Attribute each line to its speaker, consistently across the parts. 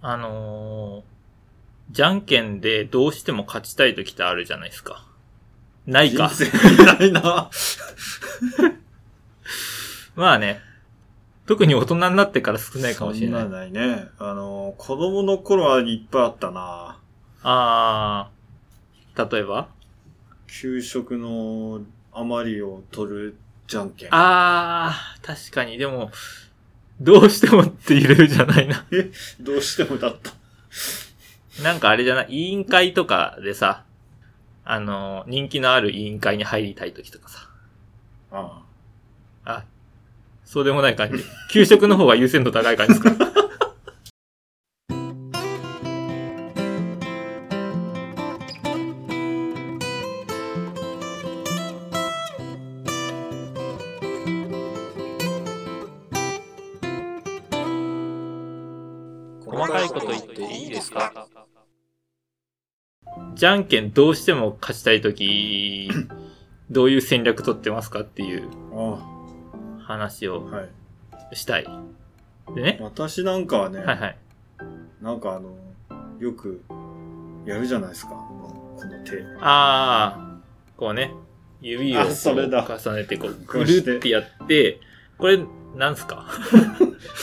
Speaker 1: あのーじゃんけんでどうしても勝ちたい時ってあるじゃないですか。ないか。
Speaker 2: 人生ないな。
Speaker 1: まあね。特に大人になってから少ないかもしれない。
Speaker 2: そんなないね。あの、子供の頃はいっぱいあったな。
Speaker 1: あー、例えば
Speaker 2: 給食の余りを取るじゃんけん。
Speaker 1: あー、確かに。でも、どうしてもって入れるじゃないな。
Speaker 2: どうしてもだった。
Speaker 1: なんかあれじゃない委員会とかでさ、あのー人気のある委員会に入りたい時とかさ。
Speaker 2: あ
Speaker 1: あ、そうでもない感じ。給食の方が優先度高い感じですか
Speaker 3: 細かいこと言っていいですか
Speaker 1: じゃんけんどうしても勝ちたい時、どういう戦略取ってますかっていう
Speaker 2: あ。
Speaker 1: 話を
Speaker 2: はい。
Speaker 1: したい。でね。
Speaker 2: 私なんかはね、
Speaker 1: はいはい。
Speaker 2: なんかあの、よくやるじゃないですか。この手。
Speaker 1: あー、こうね、指をこ
Speaker 2: あそれだ
Speaker 1: う重ねてこう、
Speaker 2: こ
Speaker 1: ぐ
Speaker 2: うして
Speaker 1: るってやって、これ、なんすか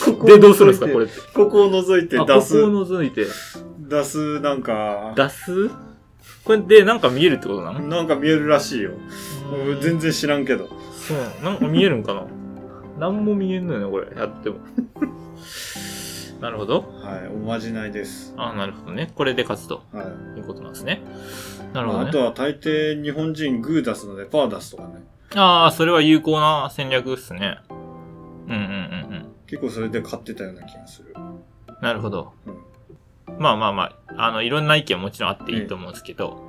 Speaker 2: ここを
Speaker 1: で、どうするんですか
Speaker 2: 覗いて
Speaker 1: これって。
Speaker 2: ここを覗いて
Speaker 1: あ、ここを
Speaker 2: 出す、
Speaker 1: 覗いて。
Speaker 2: 出す、なんか、
Speaker 1: 出すこれで、なんか見えるってことなの
Speaker 2: なんか見えるらしいよ。俺全然知らんけど。
Speaker 1: そうなんか見えるんかななんも見えんのよね、これ。やって も。なるほど。
Speaker 2: はい。おまじないです。
Speaker 1: あなるほどね。これで勝つと
Speaker 2: はい。
Speaker 1: いうことなんですね。なるほ
Speaker 2: ま
Speaker 1: ど
Speaker 2: あ、
Speaker 1: ね。
Speaker 2: あとは大抵日本人グー出すのでパー出すとかね。
Speaker 1: ああ、それは有効な戦略っすね。うんうんうん
Speaker 2: 結構それで勝ってたような気がする。
Speaker 1: うん。なるほど。
Speaker 2: うん
Speaker 1: まあまあまあ、あの、いろんな意見もちろんあっていいと思うんですけど、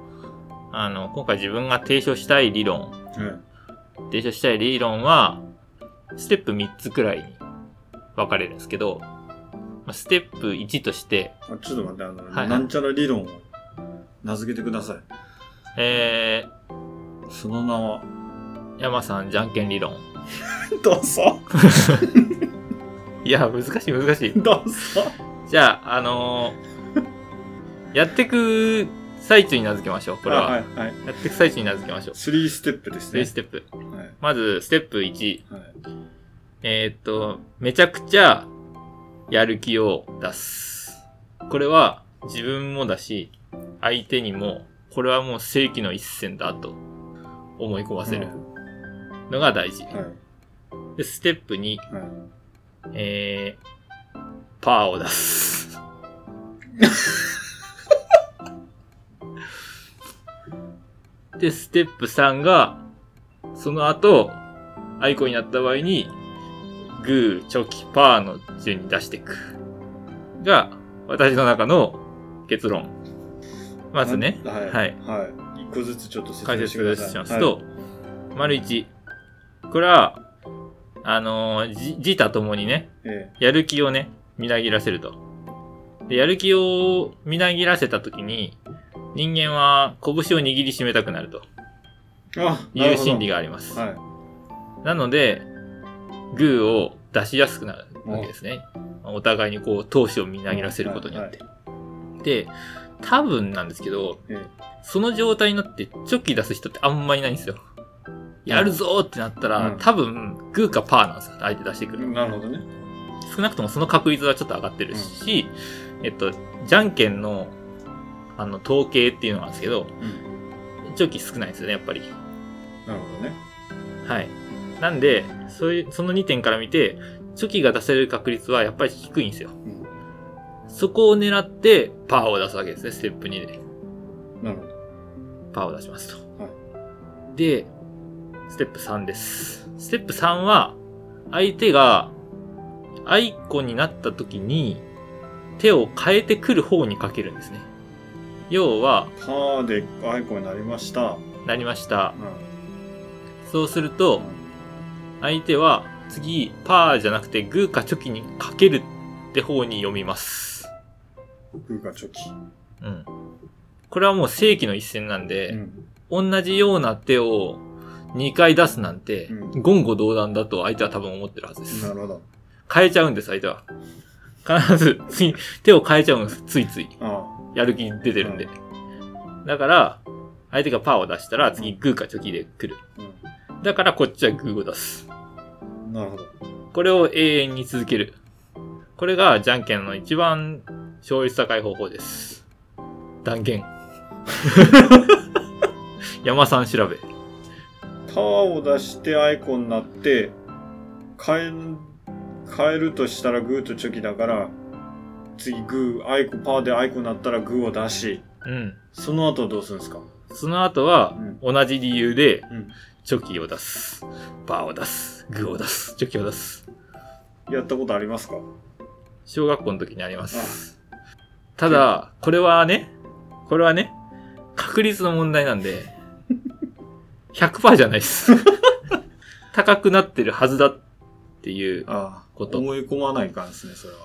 Speaker 1: あの、今回自分が提唱したい理論、
Speaker 2: うん。
Speaker 1: 提唱したい理論は、ステップ3つくらいに分かれるんですけど、まあステップ1として、
Speaker 2: あちょっと待って、あの、
Speaker 1: いはい
Speaker 2: なんちゃら理論を名付けてください。
Speaker 1: え
Speaker 2: その名は。
Speaker 1: ー、山さんじゃんけん理論。
Speaker 2: どうぞ
Speaker 1: いや、難しい難しい。
Speaker 2: どうぞ
Speaker 1: じゃあ、あのーやってく最中に名付けましょう、これは。
Speaker 2: はいはい。
Speaker 1: やってく最中に名付けましょう。
Speaker 2: スリーステップですね。
Speaker 1: 3ステップ。
Speaker 2: はい
Speaker 1: まず、ステップ1。
Speaker 2: はい。
Speaker 1: えーっと、めちゃくちゃやる気を出す。これは自分もだし、相手にも、これはもう正規の一戦だと思い込ませる
Speaker 2: うん
Speaker 1: のが大事。
Speaker 2: はい。
Speaker 1: で、ステップ2。
Speaker 2: はい。
Speaker 1: えー、パーを出す。 で、ステップ3が、その後、アイコンになった場合に、グー、チョキ、パーの順に出していく。が、私の中の結論。まずね、
Speaker 2: はい。
Speaker 1: は
Speaker 2: はいい。はい。一個ずつちょっと説
Speaker 1: 解
Speaker 2: 明してくださ
Speaker 1: 説
Speaker 2: い。
Speaker 1: しますと、丸1。これは、あのーじ、自他ともにね、
Speaker 2: はい、え
Speaker 1: やる気をね、みなぎらせると。で、やる気をみなぎらせたときに、人間は拳を握りしめたくなると
Speaker 2: えあ、ないる
Speaker 1: う
Speaker 2: ほど
Speaker 1: 心理があります。
Speaker 2: はい。
Speaker 1: なので、グーを出しやすくなるわけですね。お互いにこう、闘志をみなぎらせることによって。で、多分なんですけど、
Speaker 2: ええ
Speaker 1: その状態になってチョキ出す人ってあんまりいないんですよ。やるぞーってなったら、
Speaker 2: うん
Speaker 1: 多分、グーかパーなんですよ。相手出してくるの。
Speaker 2: なるほどね。
Speaker 1: 少なくともその確率はちょっと上がってるし、えっと、じゃんけんの、あの、統計っていうのなんですけど、
Speaker 2: うん。
Speaker 1: チョキ少ないんですよね、やっぱり。
Speaker 2: なるほどね。
Speaker 1: はい。なんで、そういう、その2点から見て、チョキが出せる確率はやっぱり低いんですよ。
Speaker 2: ん
Speaker 1: そこを狙って、パーを出すわけですね、ステップ2で。
Speaker 2: なるほど。
Speaker 1: パーを出しますと。
Speaker 2: は
Speaker 1: で、ステップ3です。ステップ3は、相手が、アイコンになった時に、手を変えてくる方にかけるんですね。要は、
Speaker 2: パーでアイコンになりました。
Speaker 1: なりました
Speaker 2: う。ん。
Speaker 1: そうすると、相手は、次、パーじゃなくて、グーかチョキにかけるって方に読みます。
Speaker 2: グーがチョキ。
Speaker 1: うん。これはもう正規の一戦なんで、
Speaker 2: うん。
Speaker 1: 同じような手を2回出すなんて、
Speaker 2: う
Speaker 1: 言語道断だと相手は多分思ってるはずです
Speaker 2: な。るほど。
Speaker 1: 変えちゃうんです、相手は。必ず、次、手を変えちゃうんです。ついつい。
Speaker 2: あ
Speaker 1: やる気出てるんで。だから、相手がパーを出したら、次、グーかチョキで来る。
Speaker 2: あ、う
Speaker 1: だから、こっちはグーを出す。
Speaker 2: ん。なるほど。
Speaker 1: これを永遠に続ける。これが、じゃんけんの一番、勝率高い方法です。断言。 山さん調べ。
Speaker 2: パワーを出してアイコンになって、変え、変えるとしたらグーとチョキだから、次グー、アイコン、パーでアイコンになったらグーを出し、
Speaker 1: うん。
Speaker 2: その後はどうするんですか
Speaker 1: その後は
Speaker 2: うん、
Speaker 1: 同じ理由で
Speaker 2: うん、
Speaker 1: チョキを出す。パーを出す。グーを出す。チョキを出す。
Speaker 2: やったことありますか
Speaker 1: 小学校の時にあります。ただ、これはね、これはね、確率の問題なんで、100%じゃないです。 高くなってるはずだっていう、
Speaker 2: ああ、
Speaker 1: こと
Speaker 2: 思い込まないかんですね、それは。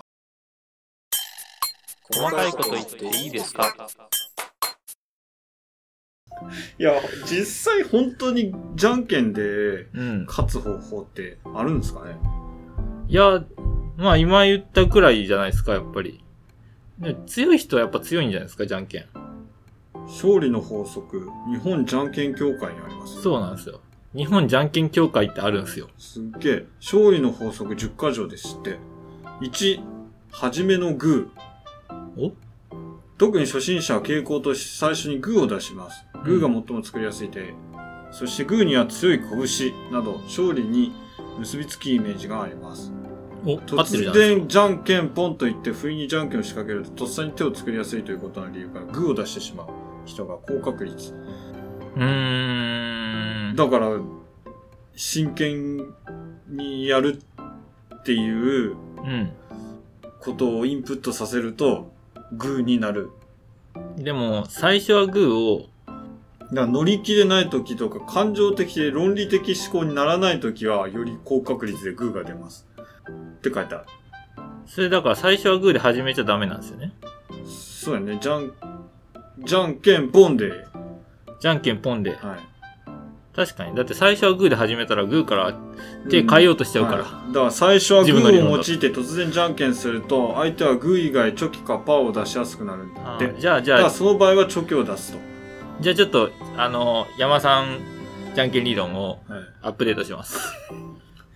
Speaker 3: 細かいこと言っていいですか
Speaker 2: いや、実際本当にじゃんけんで
Speaker 1: うん。
Speaker 2: 勝つ方法ってあるんですかね
Speaker 1: いや、まあ今言ったくらいじゃないですか、やっぱり。でも強い人はやっぱ強いんじゃないですか、じゃんけん。
Speaker 2: 勝利の法則、日本じゃんけん協会にあります。
Speaker 1: そうなんですよ。日本じゃんけん協会ってあるんですよ。
Speaker 2: すっげえ。勝利の法則10箇条で知って。1、初めのグー。
Speaker 1: お
Speaker 2: 特に初心者は傾向として最初にグーを出します。グーが最も作りやすい手。そしてグーには強い拳など、勝利に結びつきイメージがあります。
Speaker 1: お、合ってるじゃな
Speaker 2: 突
Speaker 1: いですか。
Speaker 2: 然、じゃんけんポンと言って、不意にじゃんけんを仕掛けると、とっさに手を作りやすいということの理由から、グーを出してしまう人が高確率。
Speaker 1: うーん。
Speaker 2: だから、真剣にやるっていう
Speaker 1: うん。
Speaker 2: ことをインプットさせると、グーになる。
Speaker 1: でも、最初はグーを、
Speaker 2: だから乗り切れない時とか、感情的で論理的思考にならない時は、より高確率でグーが出ます。って書いてある。
Speaker 1: それだから最初はグーで始めちゃダメなんですよね。
Speaker 2: そうやね。じゃん、じゃんけんポンで、
Speaker 1: じゃんけんポンで。
Speaker 2: は
Speaker 1: 確かに。だって最初はグーで始めたらグーから
Speaker 2: い。
Speaker 1: 手変えようとしちゃうから。
Speaker 2: はいだから最初はグ
Speaker 1: 自分の理
Speaker 2: ー
Speaker 1: 論
Speaker 2: を
Speaker 1: だ
Speaker 2: 用いて突然じゃんけんすると、相手はグー以外チョキかパーを出しやすくなるんだ
Speaker 1: あ
Speaker 2: って。
Speaker 1: ーじゃあ、じ
Speaker 2: だか
Speaker 1: ゃ
Speaker 2: ら
Speaker 1: あ、
Speaker 2: その場合はチョキを出すと。
Speaker 1: じゃあちょっと、あのー山さん、じゃんけん理論を
Speaker 2: はい、
Speaker 1: アップデートします。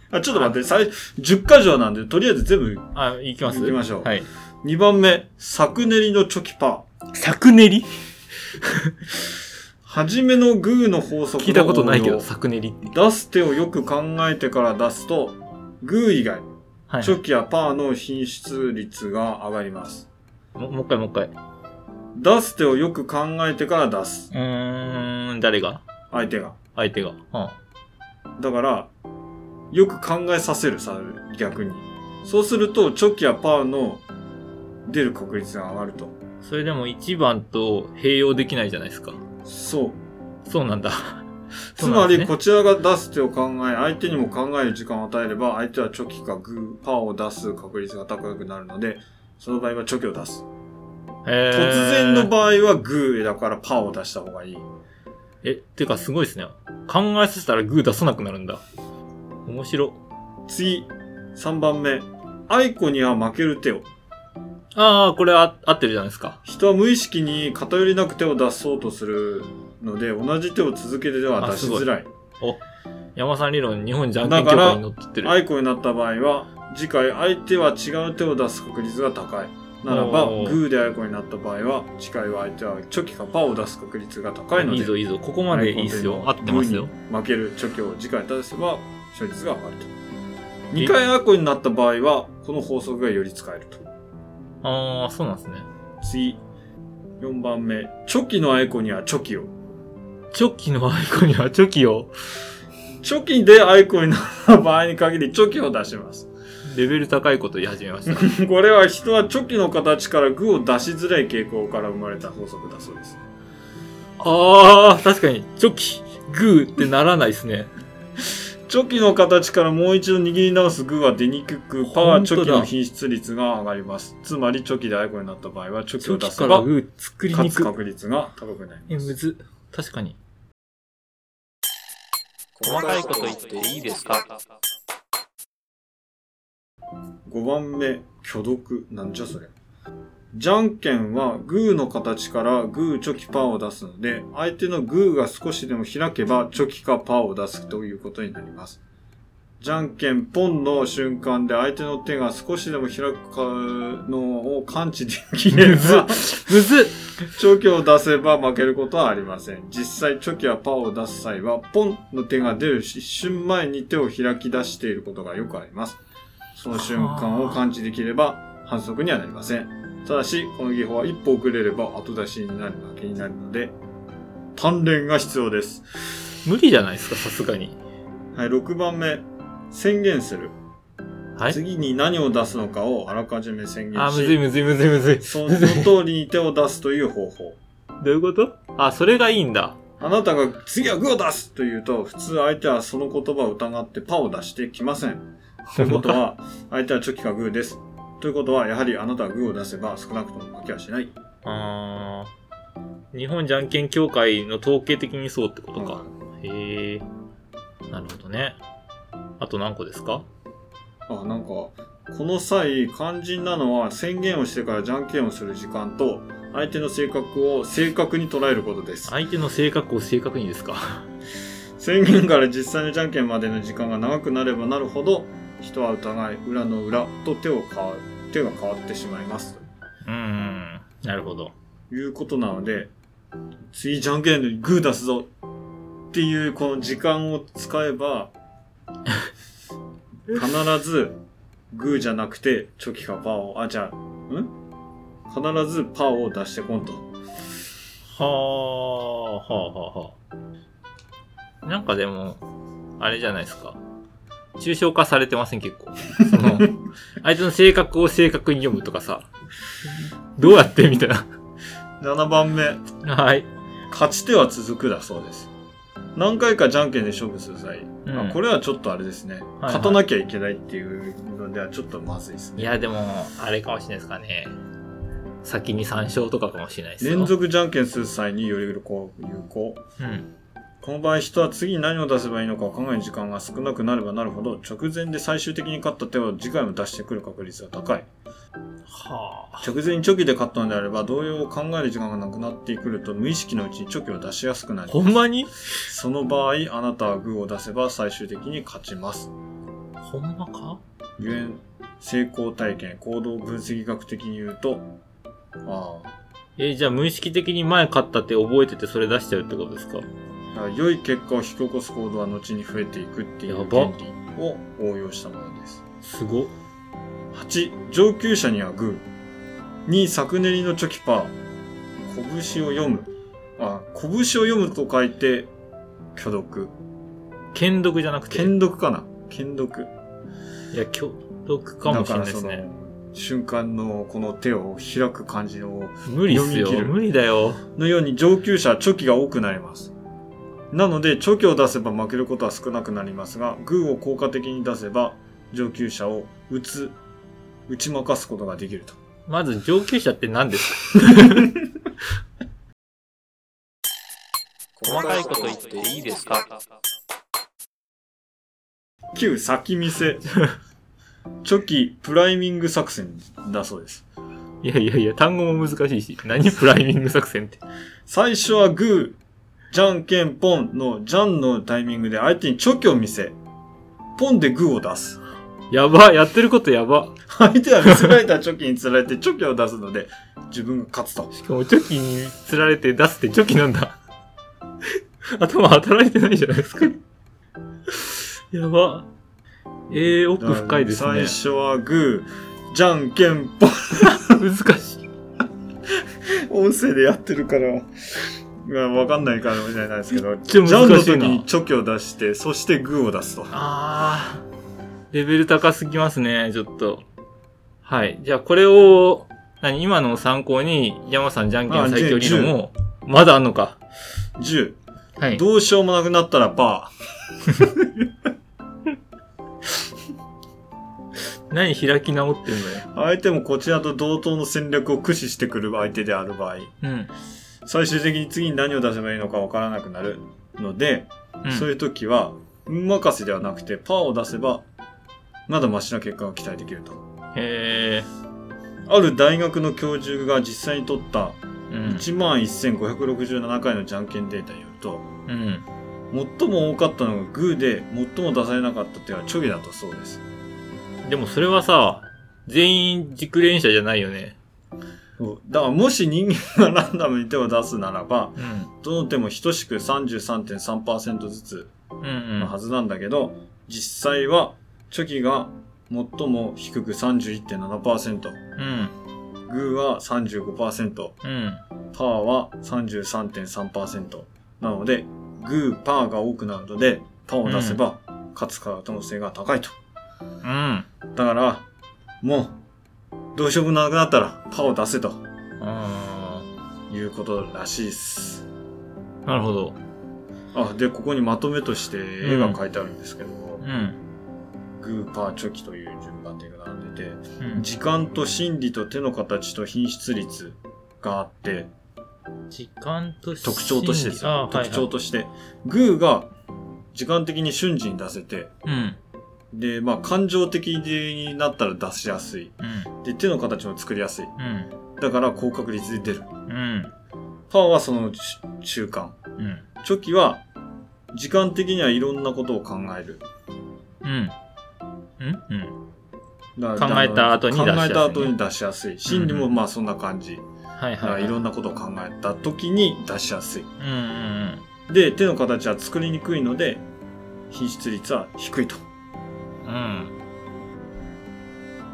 Speaker 2: あちょっと待って、最10箇条なんで、とりあえず全部
Speaker 1: あ、いきます
Speaker 2: 行きましょう
Speaker 1: はい。
Speaker 2: 2番目、柵練りのチョキパー。
Speaker 1: 柵練り
Speaker 2: はじめのグーの法則の応用
Speaker 1: 聞いたことないけど、柵練りって。
Speaker 2: 出す手をよく考えてから出すと、グー以外、
Speaker 1: はい
Speaker 2: チ。ョキやパーの品質率が上がります。
Speaker 1: ももう一回もう一回。う
Speaker 2: 出す手をよく考えてから出す。
Speaker 1: ーん、誰が
Speaker 2: 相手が。
Speaker 1: 相手が。は
Speaker 2: だから、よく考えさせる、さ、逆に。そうすると、チョキやパーの出る確率が上がると。
Speaker 1: あ、それでも一番と併用できないじゃないですか。
Speaker 2: そう。
Speaker 1: そうなんだ。そ
Speaker 2: つまり、
Speaker 1: うなんですね
Speaker 2: こちらが出す手を考え、相手にも考える時間を与えれば、相手はチョキかグー、パーを出す確率が高くなるので、その場合はチョキを出す。
Speaker 1: へー
Speaker 2: 突然の場合はグーだからパーを出した方がいい。
Speaker 1: え、てかすごいですね。考えさせたらグー出さなくなるんだ。面白。
Speaker 2: 次、3番目。アイコには負ける手を。
Speaker 1: ああ、これは合ってるじゃないですか。
Speaker 2: 人は無意識に偏りなく手を出そうとするので、同じ手を続けてでは出しづらい。
Speaker 1: 山さん理論、日本じゃんけん協会に乗っ取ってる。
Speaker 2: アイコになった場合は、次回相手は違う手を出す確率が高い。ならば、
Speaker 1: おー
Speaker 2: グーでアイコになった場合は、次回は相手はチョキかパーを出す確率が高いの
Speaker 1: い
Speaker 2: で、
Speaker 1: いぞいいぞ。ここま
Speaker 2: ア
Speaker 1: で
Speaker 2: イ
Speaker 1: い
Speaker 2: コ
Speaker 1: い
Speaker 2: ン
Speaker 1: っ
Speaker 2: とい
Speaker 1: す
Speaker 2: うの
Speaker 1: よ。合
Speaker 2: は
Speaker 1: ってますよ。
Speaker 2: グーに負けるチョキを次回出せば、勝率が上がると。2回アイコになった場合は、この法則がより使えると。
Speaker 1: ああ、そうなんですね。
Speaker 2: 次、4番目。チョキのアイコンにはチョキを。
Speaker 1: チョキのアイコンにはチョキを、
Speaker 2: チョキでアイコンになった場合に限りチョキを出します。
Speaker 1: レベル高いこと言い始めました。
Speaker 2: これは人はチョキの形からグーを出しづらい傾向から生まれた法則だそうです。
Speaker 1: ああ、確かに、チョキ、グーってならないですね。
Speaker 2: チョキの形からもう一度握り直すグーは出にくく、パワー
Speaker 1: 本
Speaker 2: チ
Speaker 1: 当だ
Speaker 2: ョキの品質率が上がります。つまりチョキでアイコンになった場合はチョキ
Speaker 1: チョ
Speaker 2: を出
Speaker 1: キ
Speaker 2: せ
Speaker 1: から
Speaker 2: ば
Speaker 1: グー作り
Speaker 2: 勝
Speaker 1: に
Speaker 2: つ
Speaker 1: くい。
Speaker 2: 確率が高くなり
Speaker 1: え、む
Speaker 2: ます。
Speaker 1: ず。確かに。
Speaker 3: 細かいこと言っていいですか
Speaker 2: 5番目、挙読。なんじゃそれ。じゃんけんはグーの形からグーチョキパーを出すので、相手のグーが少しでも開けばチョキかパーを出すということになります。じゃんけんポンの瞬間で相手の手が少しでも開くかのを感知できれ
Speaker 1: むずっ
Speaker 2: ば、
Speaker 1: むずっ
Speaker 2: チョキを出せば負けることはありません。実際、チョキやパーを出す際は、ポンの手が出る一瞬前に手を開き出していることがよくあります。その瞬間を感知できれば反則にはなりません。ただし、この技法は一歩遅れれば後出しになるだけになるので、鍛錬が必要です。
Speaker 1: 無理じゃないですか、さすがに。
Speaker 2: はい、6番目。宣言する。
Speaker 1: はい
Speaker 2: 次に何を出すのかをあらかじめ宣言
Speaker 1: あー、むずい
Speaker 2: し、
Speaker 1: むずいむずいむずい。
Speaker 2: その通りに手を出すという方法。
Speaker 1: どういうことあ、それがいいんだ。
Speaker 2: あなたが次はグーを出すと言うと、普通相手はその言葉を疑ってパーを出してきません。というこ とは、相手はチョキかグーです。ということは、やはりあなたはグーを出せば少なくとも負けはしない。
Speaker 1: あー日本じゃんけん協会の統計的にそうってことか。へえ。なるほどね。あと何個ですか
Speaker 2: あ、なんか、この際、肝心なのは宣言をしてからじゃんけんをする時間と、相手の性格を正確に捉えることです。
Speaker 1: 相手の性格を正確にですか
Speaker 2: 宣言から実際のじゃんけんまでの時間が長くなればなるほど、人は疑い、裏の裏と手を変わ手が変わってしまいます。
Speaker 1: うーん。なるほど。
Speaker 2: いうことなので、次じゃんけんでグー出すぞっていうこの時間を使えば、 必ずグーじゃなくてチョキかパーを、あ、じゃあ、ん必ずパーを出してこんと。
Speaker 1: はあ、はあ、はあ、はあ。なんかでも、あれじゃないですか。抽象化されてません、結構。そ の、相手の性格を正確に読むとかさ。どうやってみたいな。
Speaker 2: 7番目、
Speaker 1: はい。
Speaker 2: 勝ち手は続くだそうです。何回かじゃんけんで勝負する際、
Speaker 1: うん
Speaker 2: あこれはちょっとあれですね、
Speaker 1: はい
Speaker 2: 勝たなきゃいけないっていうのではちょっとまずいです
Speaker 1: い
Speaker 2: ね。
Speaker 1: や、でも、あれかもしれないですかね。先に3勝とかかもしれないですよ。
Speaker 2: 連続じゃんけんする際により有効、有効。
Speaker 1: うん。
Speaker 2: この場合人は次に何を出せばいいのかを考える時間が少なくなればなるほど直前で最終的に勝った手を次回も出してくる確率が高い
Speaker 1: はあ。
Speaker 2: 直前にチョキで勝ったのであれば同様を考える時間がなくなってくると無意識のうちにチョキを出しやすくなり
Speaker 1: ほんまに
Speaker 2: その場合あなたはグーを出せば最終的に勝ちます
Speaker 1: ほんまか
Speaker 2: ゆえん成功体験行動分析学的に言うとああ
Speaker 1: えーじゃあ無意識的に前勝ったって覚えててそれ出しちゃうってことですか
Speaker 2: だから良い結果を引き起こす行動は後に増えていくってい
Speaker 1: や
Speaker 2: う
Speaker 1: ば
Speaker 2: 原理を応用したものです
Speaker 1: すごっ。
Speaker 2: 8上級者にはグー2作練りのチョキパー拳を読むあ拳を読むと書いて挙読
Speaker 1: 剣読じゃなくて。
Speaker 2: 剣読かな剣読
Speaker 1: いや、挙読かもしれないです
Speaker 2: だから
Speaker 1: ね。
Speaker 2: その瞬間のこの手を開く感じの
Speaker 1: 無理っす
Speaker 2: 読み切
Speaker 1: よ。
Speaker 2: る
Speaker 1: 無理だよ。
Speaker 2: のように上級者はチョキが多くなりますなのでチョキを出せば負けることは少なくなりますがグーを効果的に出せば上級者を打つ打ち負かすことができると
Speaker 1: まず上級者って何ですか
Speaker 3: 細かいこと言っていいですか
Speaker 2: 旧先見せ。チョキプライミング作戦だそうです。
Speaker 1: いやいやいや、単語も難しいし。何プライミング作戦って。
Speaker 2: 最初はグー、じゃんけんポンのじゃんのタイミングで相手にチョキを見せ、ポンでグーを出す。
Speaker 1: やば、やってることやば。
Speaker 2: 相手は見せられたチョキに釣られてチョキを出すので、自分が勝つと。
Speaker 1: しかもチョキに釣られて出すってチョキなんだ。 頭働いてないじゃないですか。やば。えー、奥深いですね
Speaker 2: 最。初はグー、じゃんけんポン。
Speaker 1: 難しい。
Speaker 2: 音声でやってるから。まあわかんないかもしれないですけど、
Speaker 1: ちゃ
Speaker 2: ジャンの
Speaker 1: 難しい
Speaker 2: 時
Speaker 1: な
Speaker 2: にチョキを出して、そしてグーを出すと。
Speaker 1: あー、レベル高すぎますね、ちょっと。はい。じゃあこれを、何今のを参考に、山さんじゃんけん最強理論も、まだあんのか。
Speaker 2: 10、
Speaker 1: はい。
Speaker 2: どうしようもなくなったらパー。
Speaker 1: 何開き直ってんのよ。
Speaker 2: 相手もこちらと同等の戦略を駆使してくる相手である場合、
Speaker 1: うん。
Speaker 2: 最終的に次に何を出せばいいのかわからなくなるので、
Speaker 1: うん、
Speaker 2: そういう時は、運任せではなくて、パーを出せば、まだマシな結果が期待できると。
Speaker 1: へえ。
Speaker 2: ある大学の教授が実際に取った
Speaker 1: うん。
Speaker 2: 11,567回のじゃんけんデータによると、
Speaker 1: うん。
Speaker 2: 最も多かったのがグーで、最も出されなかった手はチョキだったそうです。
Speaker 1: でもそれはさ、全員熟練者じゃないよね。
Speaker 2: そうだからもし人間がランダムに手を出すならば、
Speaker 1: うん。
Speaker 2: どの手も等しく33.3%ずつ
Speaker 1: うん
Speaker 2: のはずなんだけど、実際はチョキが最も低く31.7%、
Speaker 1: うん。
Speaker 2: グーは35%、
Speaker 1: うん。
Speaker 2: パーは33.3%なので、グー、パーが多くなるので、パーを出せば勝つ可能性が高いと。
Speaker 1: うん。
Speaker 2: だから、もう、どうしようもなくなったらパーを出せと
Speaker 1: あ
Speaker 2: いうことらしいです。
Speaker 1: ーなるほど。
Speaker 2: あ、で、ここにまとめとして絵が書いてあるんですけども、
Speaker 1: うん。
Speaker 2: グー、パー、チョキという順番で並んでて、
Speaker 1: うん
Speaker 2: 時間と心理と手の形と品質率があって、
Speaker 1: 時間として
Speaker 2: 特徴としてです
Speaker 1: あー
Speaker 2: よ特徴
Speaker 1: は
Speaker 2: として、グーが時間的に瞬時に出せて、
Speaker 1: いはい、
Speaker 2: で、まあ、感情的になったら出しやすい。で、手の形も作りやすい。
Speaker 1: うん。
Speaker 2: だから、高確率で出る。
Speaker 1: うん。うん。
Speaker 2: パーはそのし習慣。
Speaker 1: うん。
Speaker 2: チョキは、時間的にはいろんなことを考える。
Speaker 1: うん。うん。うん。
Speaker 2: だから
Speaker 1: 考えた後に出しやすいね
Speaker 2: 考えた後に出しやすい。心理もまあそんな感じ。
Speaker 1: はい
Speaker 2: だか
Speaker 1: は
Speaker 2: ら
Speaker 1: い。
Speaker 2: いろん
Speaker 1: な。
Speaker 2: なことを考えた時に出しやすい。
Speaker 1: うんうん
Speaker 2: で、手の形は作りにくいので、品質率は低いと
Speaker 1: うん。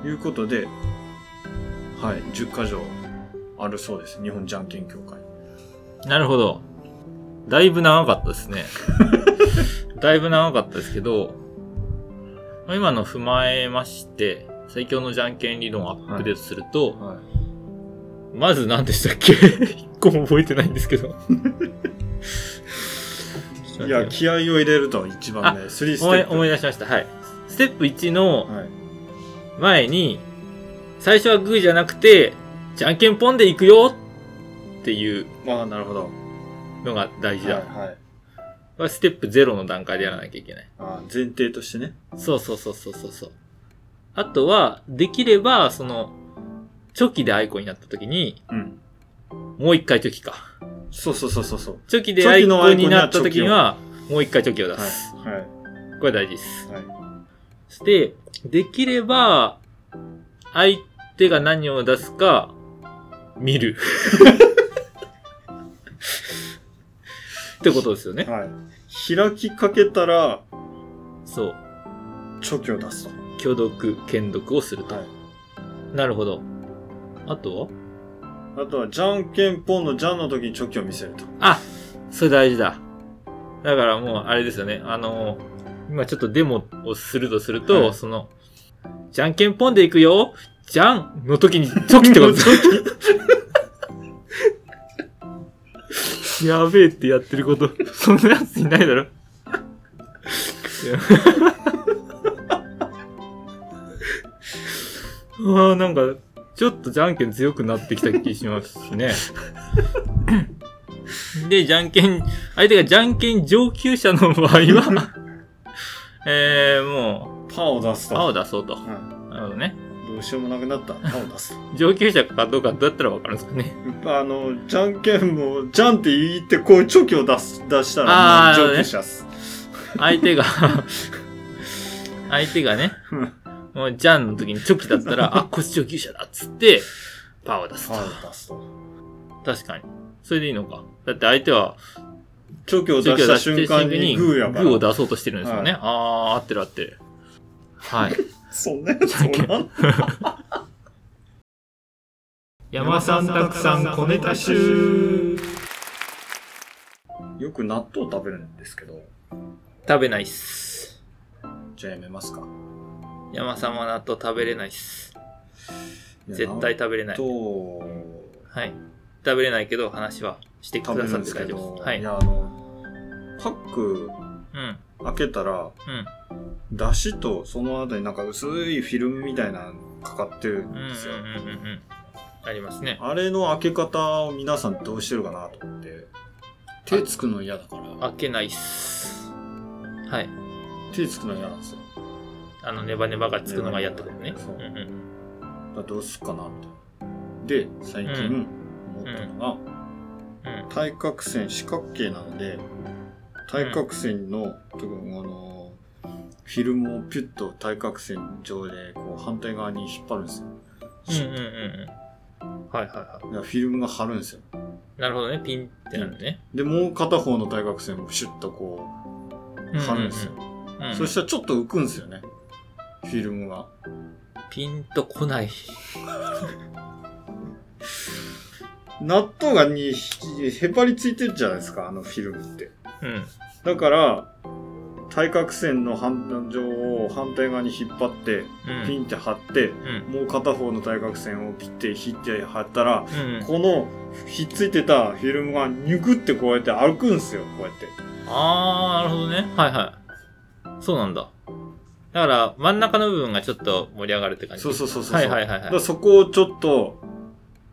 Speaker 1: うん。
Speaker 2: いうことで、はい、10箇条あるそうです。日本じゃんけん協会。
Speaker 1: なるほど。だいぶ長かったですね。だいぶ長かったですけど、まあ今の踏まえまして、最強のじゃんけん理論をアップデートすると、
Speaker 2: はい。
Speaker 1: まず何でしたっけ一個も覚えてないんですけど。
Speaker 2: いや、気合を入れると一番ね、スリーステ
Speaker 1: 思い
Speaker 2: ップ。
Speaker 1: 思い出しました。はい。ステップ1の
Speaker 2: はい。
Speaker 1: 前に、最初はグーじゃなくて、じゃんけんポンでいくよっていう
Speaker 2: まあ、なるほど。は
Speaker 1: のが大
Speaker 2: い、
Speaker 1: 事だ。
Speaker 2: はい。
Speaker 1: これはステップ0の段階でやらなきゃいけない。
Speaker 2: あ前提としてね。
Speaker 1: そうそうそうそうそうそう。あとは、できれば、その、チョキでアイコンになった時に、
Speaker 2: うん。
Speaker 1: もう一回チョキか。
Speaker 2: そうそうそうそうそう。
Speaker 1: チョキで
Speaker 2: チ
Speaker 1: ア
Speaker 2: ョ
Speaker 1: イ
Speaker 2: キの
Speaker 1: コ
Speaker 2: アイ
Speaker 1: ン
Speaker 2: コンに
Speaker 1: に
Speaker 2: な
Speaker 1: な
Speaker 2: っ
Speaker 1: ったた
Speaker 2: 時
Speaker 1: 時
Speaker 2: に
Speaker 1: には、もう一回チョキを出す。
Speaker 2: はい。
Speaker 1: これ大事です。
Speaker 2: はい。
Speaker 1: そして、できれば、相手が何を出すか、見 る。ってことですよね。
Speaker 2: はい。開きかけたら、
Speaker 1: そう。
Speaker 2: チョキを出す
Speaker 1: 挙読、剣読をする
Speaker 2: と。
Speaker 1: と。
Speaker 2: はい。
Speaker 1: なるほど。あとは
Speaker 2: あとは、じゃんけんポンのじゃんの時にチョキを見せると。
Speaker 1: あそれ大事だ。だからもう、あれですよね。あの、今ちょっとデモをするとすると、
Speaker 2: はい
Speaker 1: その、じゃんけんポンでいくよじゃんの時にチョキってこと やべえってやってること、そんなやついないだろ。 ああ、なんか、ちょっとじゃんけん強くなってきた気しますしね。 で、じゃんけん、相手がじゃんけん上級者の場合 は、えー、も
Speaker 2: パーを出す
Speaker 1: う、
Speaker 2: と。
Speaker 1: パーを出そうと。
Speaker 2: は
Speaker 1: なるほどね。
Speaker 2: い。どうしようもな くなったら、パーを出すと。
Speaker 1: 上級者かどうかどうやったらわかるんですかね。
Speaker 2: あの、じゃんけんも、じゃんって言って、こう、チョキを出す、出した
Speaker 1: あ
Speaker 2: ら、
Speaker 1: ー
Speaker 2: もう上級者っす。
Speaker 1: 相手が、 相手が ね、
Speaker 2: うん
Speaker 1: もうじゃんの時にチョキだった ら、あ、こっち上級者だっつって、パーを出す
Speaker 2: パ
Speaker 1: と。
Speaker 2: ーを出すと。
Speaker 1: 確かに。それでいいのか。だって相手は、
Speaker 2: チョキを出
Speaker 1: 中継
Speaker 2: した瞬間にグーやから。
Speaker 1: グーを出そうとしてるんですよね。
Speaker 2: は
Speaker 1: あー、合ってる合ってる。はい。
Speaker 2: そんなやつおらん
Speaker 1: 山さんたくさん小ネタ集
Speaker 2: よく納豆食べるんですけど、
Speaker 1: 食べないっす。
Speaker 2: じゃあやめますか。
Speaker 1: 山さんは納豆食べれないっす。絶対
Speaker 2: い
Speaker 1: 食べれな
Speaker 2: や
Speaker 1: い。
Speaker 2: 納豆
Speaker 1: はい。食べれないけど話はしてく
Speaker 2: 食べ
Speaker 1: だ
Speaker 2: る
Speaker 1: さ
Speaker 2: ん
Speaker 1: っ
Speaker 2: で
Speaker 1: て
Speaker 2: すけ
Speaker 1: 大丈夫
Speaker 2: ど、
Speaker 1: です。はい。
Speaker 2: いうや、あの、パック
Speaker 1: ん。
Speaker 2: 開けたら、だしとその後になんか薄いフィルムみたいなのかかってる
Speaker 1: う
Speaker 2: ん
Speaker 1: ん。うん。うん
Speaker 2: ですよ。
Speaker 1: うんうんうん。ありますね。
Speaker 2: あれの開け方を皆さんどうしてるかなと思って。手つくの嫌だから、
Speaker 1: 開けないっす。はい。
Speaker 2: 手つくの嫌なんですよ。
Speaker 1: あの、ネバネバがつくのがやったことね。
Speaker 2: そう
Speaker 1: うんうん
Speaker 2: だどうすっかなみたいなで最近
Speaker 1: うん
Speaker 2: 思ったのが、
Speaker 1: うん。
Speaker 2: 対角線四角形なので対角線の、特にあのフィルムをピュッと対角線上でこう反対側に引っ張るんですよ、
Speaker 1: うんうんうんうん。はいはいは
Speaker 2: だからフィルムが張るんですよ
Speaker 1: い。なるほどね。ピンってなるね。
Speaker 2: でもう片方の対角線もシュッとこう張るんですよ、
Speaker 1: うんうんうん。
Speaker 2: そしたらちょっと浮くんですよねフィルムが
Speaker 1: ピンとこない。
Speaker 2: 納豆がにひへばりついてるじゃないですかあのフィルムって
Speaker 1: うん。
Speaker 2: だから対角線の反上を反対側に引っ張って
Speaker 1: うん。
Speaker 2: ピンって張って、
Speaker 1: うん。
Speaker 2: もう片方の対角線をピッて引いて張ったら、
Speaker 1: うん。
Speaker 2: このひっついてたフィルムがニュクってこうやって歩くんですよこうやって
Speaker 1: あー、なるほどね。はいはい。そうなんだ。だから、真ん中の部分がちょっと盛り上がるって感じ。
Speaker 2: そうそうそうそう
Speaker 1: はいはいはい
Speaker 2: だ
Speaker 1: は
Speaker 2: から
Speaker 1: い。
Speaker 2: そこをちょっと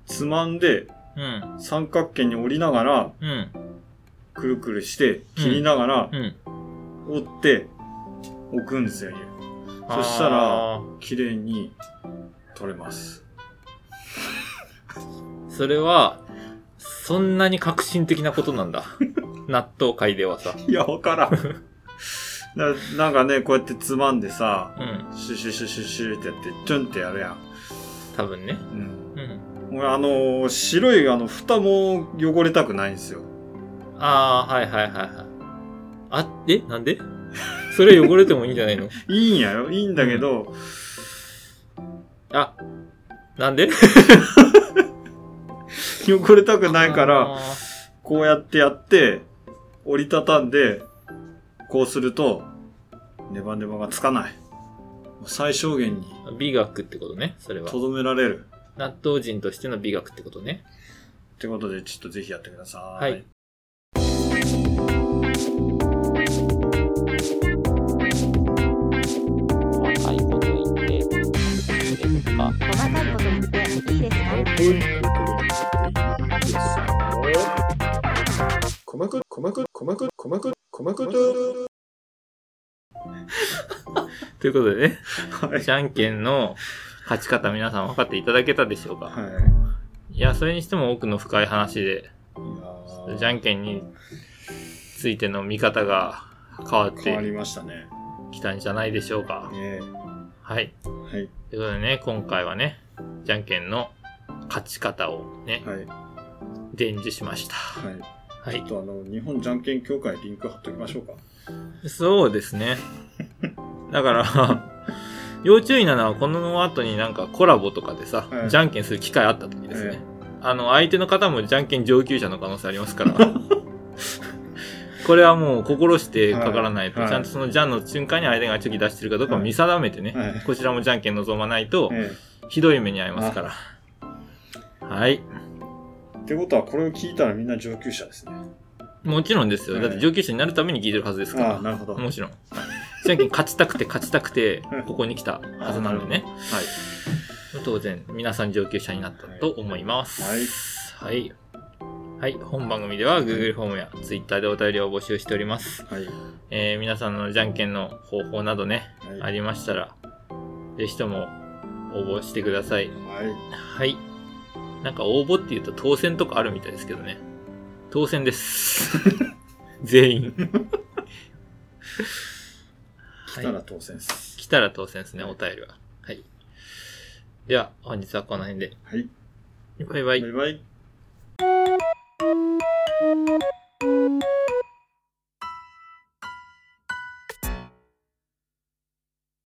Speaker 2: つまんで
Speaker 1: うん。
Speaker 2: 三角形に折りながら
Speaker 1: うん。
Speaker 2: くるくるして切りながら
Speaker 1: うん。
Speaker 2: 折って置くんですよねそしたら
Speaker 1: あー、
Speaker 2: 綺麗に取れます
Speaker 1: それは、そんなに革新的なことなん だ。納豆界ではさ。
Speaker 2: いや わからんななんかねこうやってつまんでさ
Speaker 1: うん。
Speaker 2: シュシュシュシュシュってやってチュンってやるやん、
Speaker 1: 多分ね。
Speaker 2: うん、
Speaker 1: うん。
Speaker 2: 俺あのー白いあの蓋も汚れたくないんですよ
Speaker 1: あー、はいはいはいはい。あ、えなんでそれ汚れてもいいんじゃ ないの
Speaker 2: いいんやよいいんだけど、
Speaker 1: あ、なんで
Speaker 2: 汚れたくないか
Speaker 1: あ
Speaker 2: ら
Speaker 1: ー
Speaker 2: こうやってやって折りたたんでこうするとネバネバがつかない最小限に
Speaker 1: 美学ってことね、それは
Speaker 2: と。どめられる
Speaker 1: 納豆人としての美学ってことね。
Speaker 2: ってことでちょっとぜひやってください、
Speaker 1: はい
Speaker 3: 細かいこと言っていいですか
Speaker 4: 細かいこと言っていいですか
Speaker 5: 細く、細く、細く、細く、細くと。
Speaker 1: ということでね、
Speaker 2: はい
Speaker 1: じゃんけんの勝ち方皆さん分かっていただけたでしょうか
Speaker 2: はい
Speaker 1: いや、それにしても奥の深い話で、
Speaker 2: いやー
Speaker 1: じゃんけんについての見方が変わっ
Speaker 2: 変わり
Speaker 1: て
Speaker 2: ましたね
Speaker 1: きたんじゃないでしょうか。
Speaker 2: ね
Speaker 1: はい。
Speaker 2: はい
Speaker 1: ということでね、今回はね、じゃんけんの勝ち方をね、
Speaker 2: はい
Speaker 1: 伝授しました。
Speaker 2: はい
Speaker 1: は
Speaker 2: ちょ
Speaker 1: い
Speaker 2: っ。とあの日本じゃんけん協会リンク貼っときましょうか
Speaker 1: そうですね。だから、 要注意なのは、この後になんかコラボとかでさ、
Speaker 2: はい
Speaker 1: じゃんけんする機会あった時ですね。
Speaker 2: え
Speaker 1: あの、相手の方もじゃんけん上級者の可能性あります から。これはもう心してかからないと、
Speaker 2: はいはい
Speaker 1: ちゃんとそのじゃんの瞬間に相手がチョキ出してるかどうかを見定めてね、
Speaker 2: はいはい
Speaker 1: こちらもじゃんけん望まないと、
Speaker 2: え
Speaker 1: ひどい目に遭いますから。はい。
Speaker 2: えってことはこれを聞いたらみんな上級者ですね
Speaker 1: もちろんですよ。
Speaker 2: はい
Speaker 1: だって上級者になるために聞いてるはずですから。
Speaker 2: ああなるほど
Speaker 1: もちろん。じゃんけん勝ちたくて勝ちたくて、ここに来たはずなんでね。
Speaker 2: はい
Speaker 1: 当然、皆さん上級者になったと思います。はい。はい。本番組では Google フォームや Twitter でお便りを募集しております。
Speaker 2: はい
Speaker 1: えー皆さんのじゃんけんの方法などね、
Speaker 2: はい
Speaker 1: ありましたら、ぜひとも応募してください。
Speaker 2: はい
Speaker 1: はい。なんか応募って言うと当選とかあるみたいですけどね。当選 です。全員。
Speaker 2: 来たら当選です
Speaker 1: 来たら当選ですね、お便りは。はい。では、本日はこの辺で。
Speaker 2: はい
Speaker 1: バイバイ
Speaker 2: バイ。バイ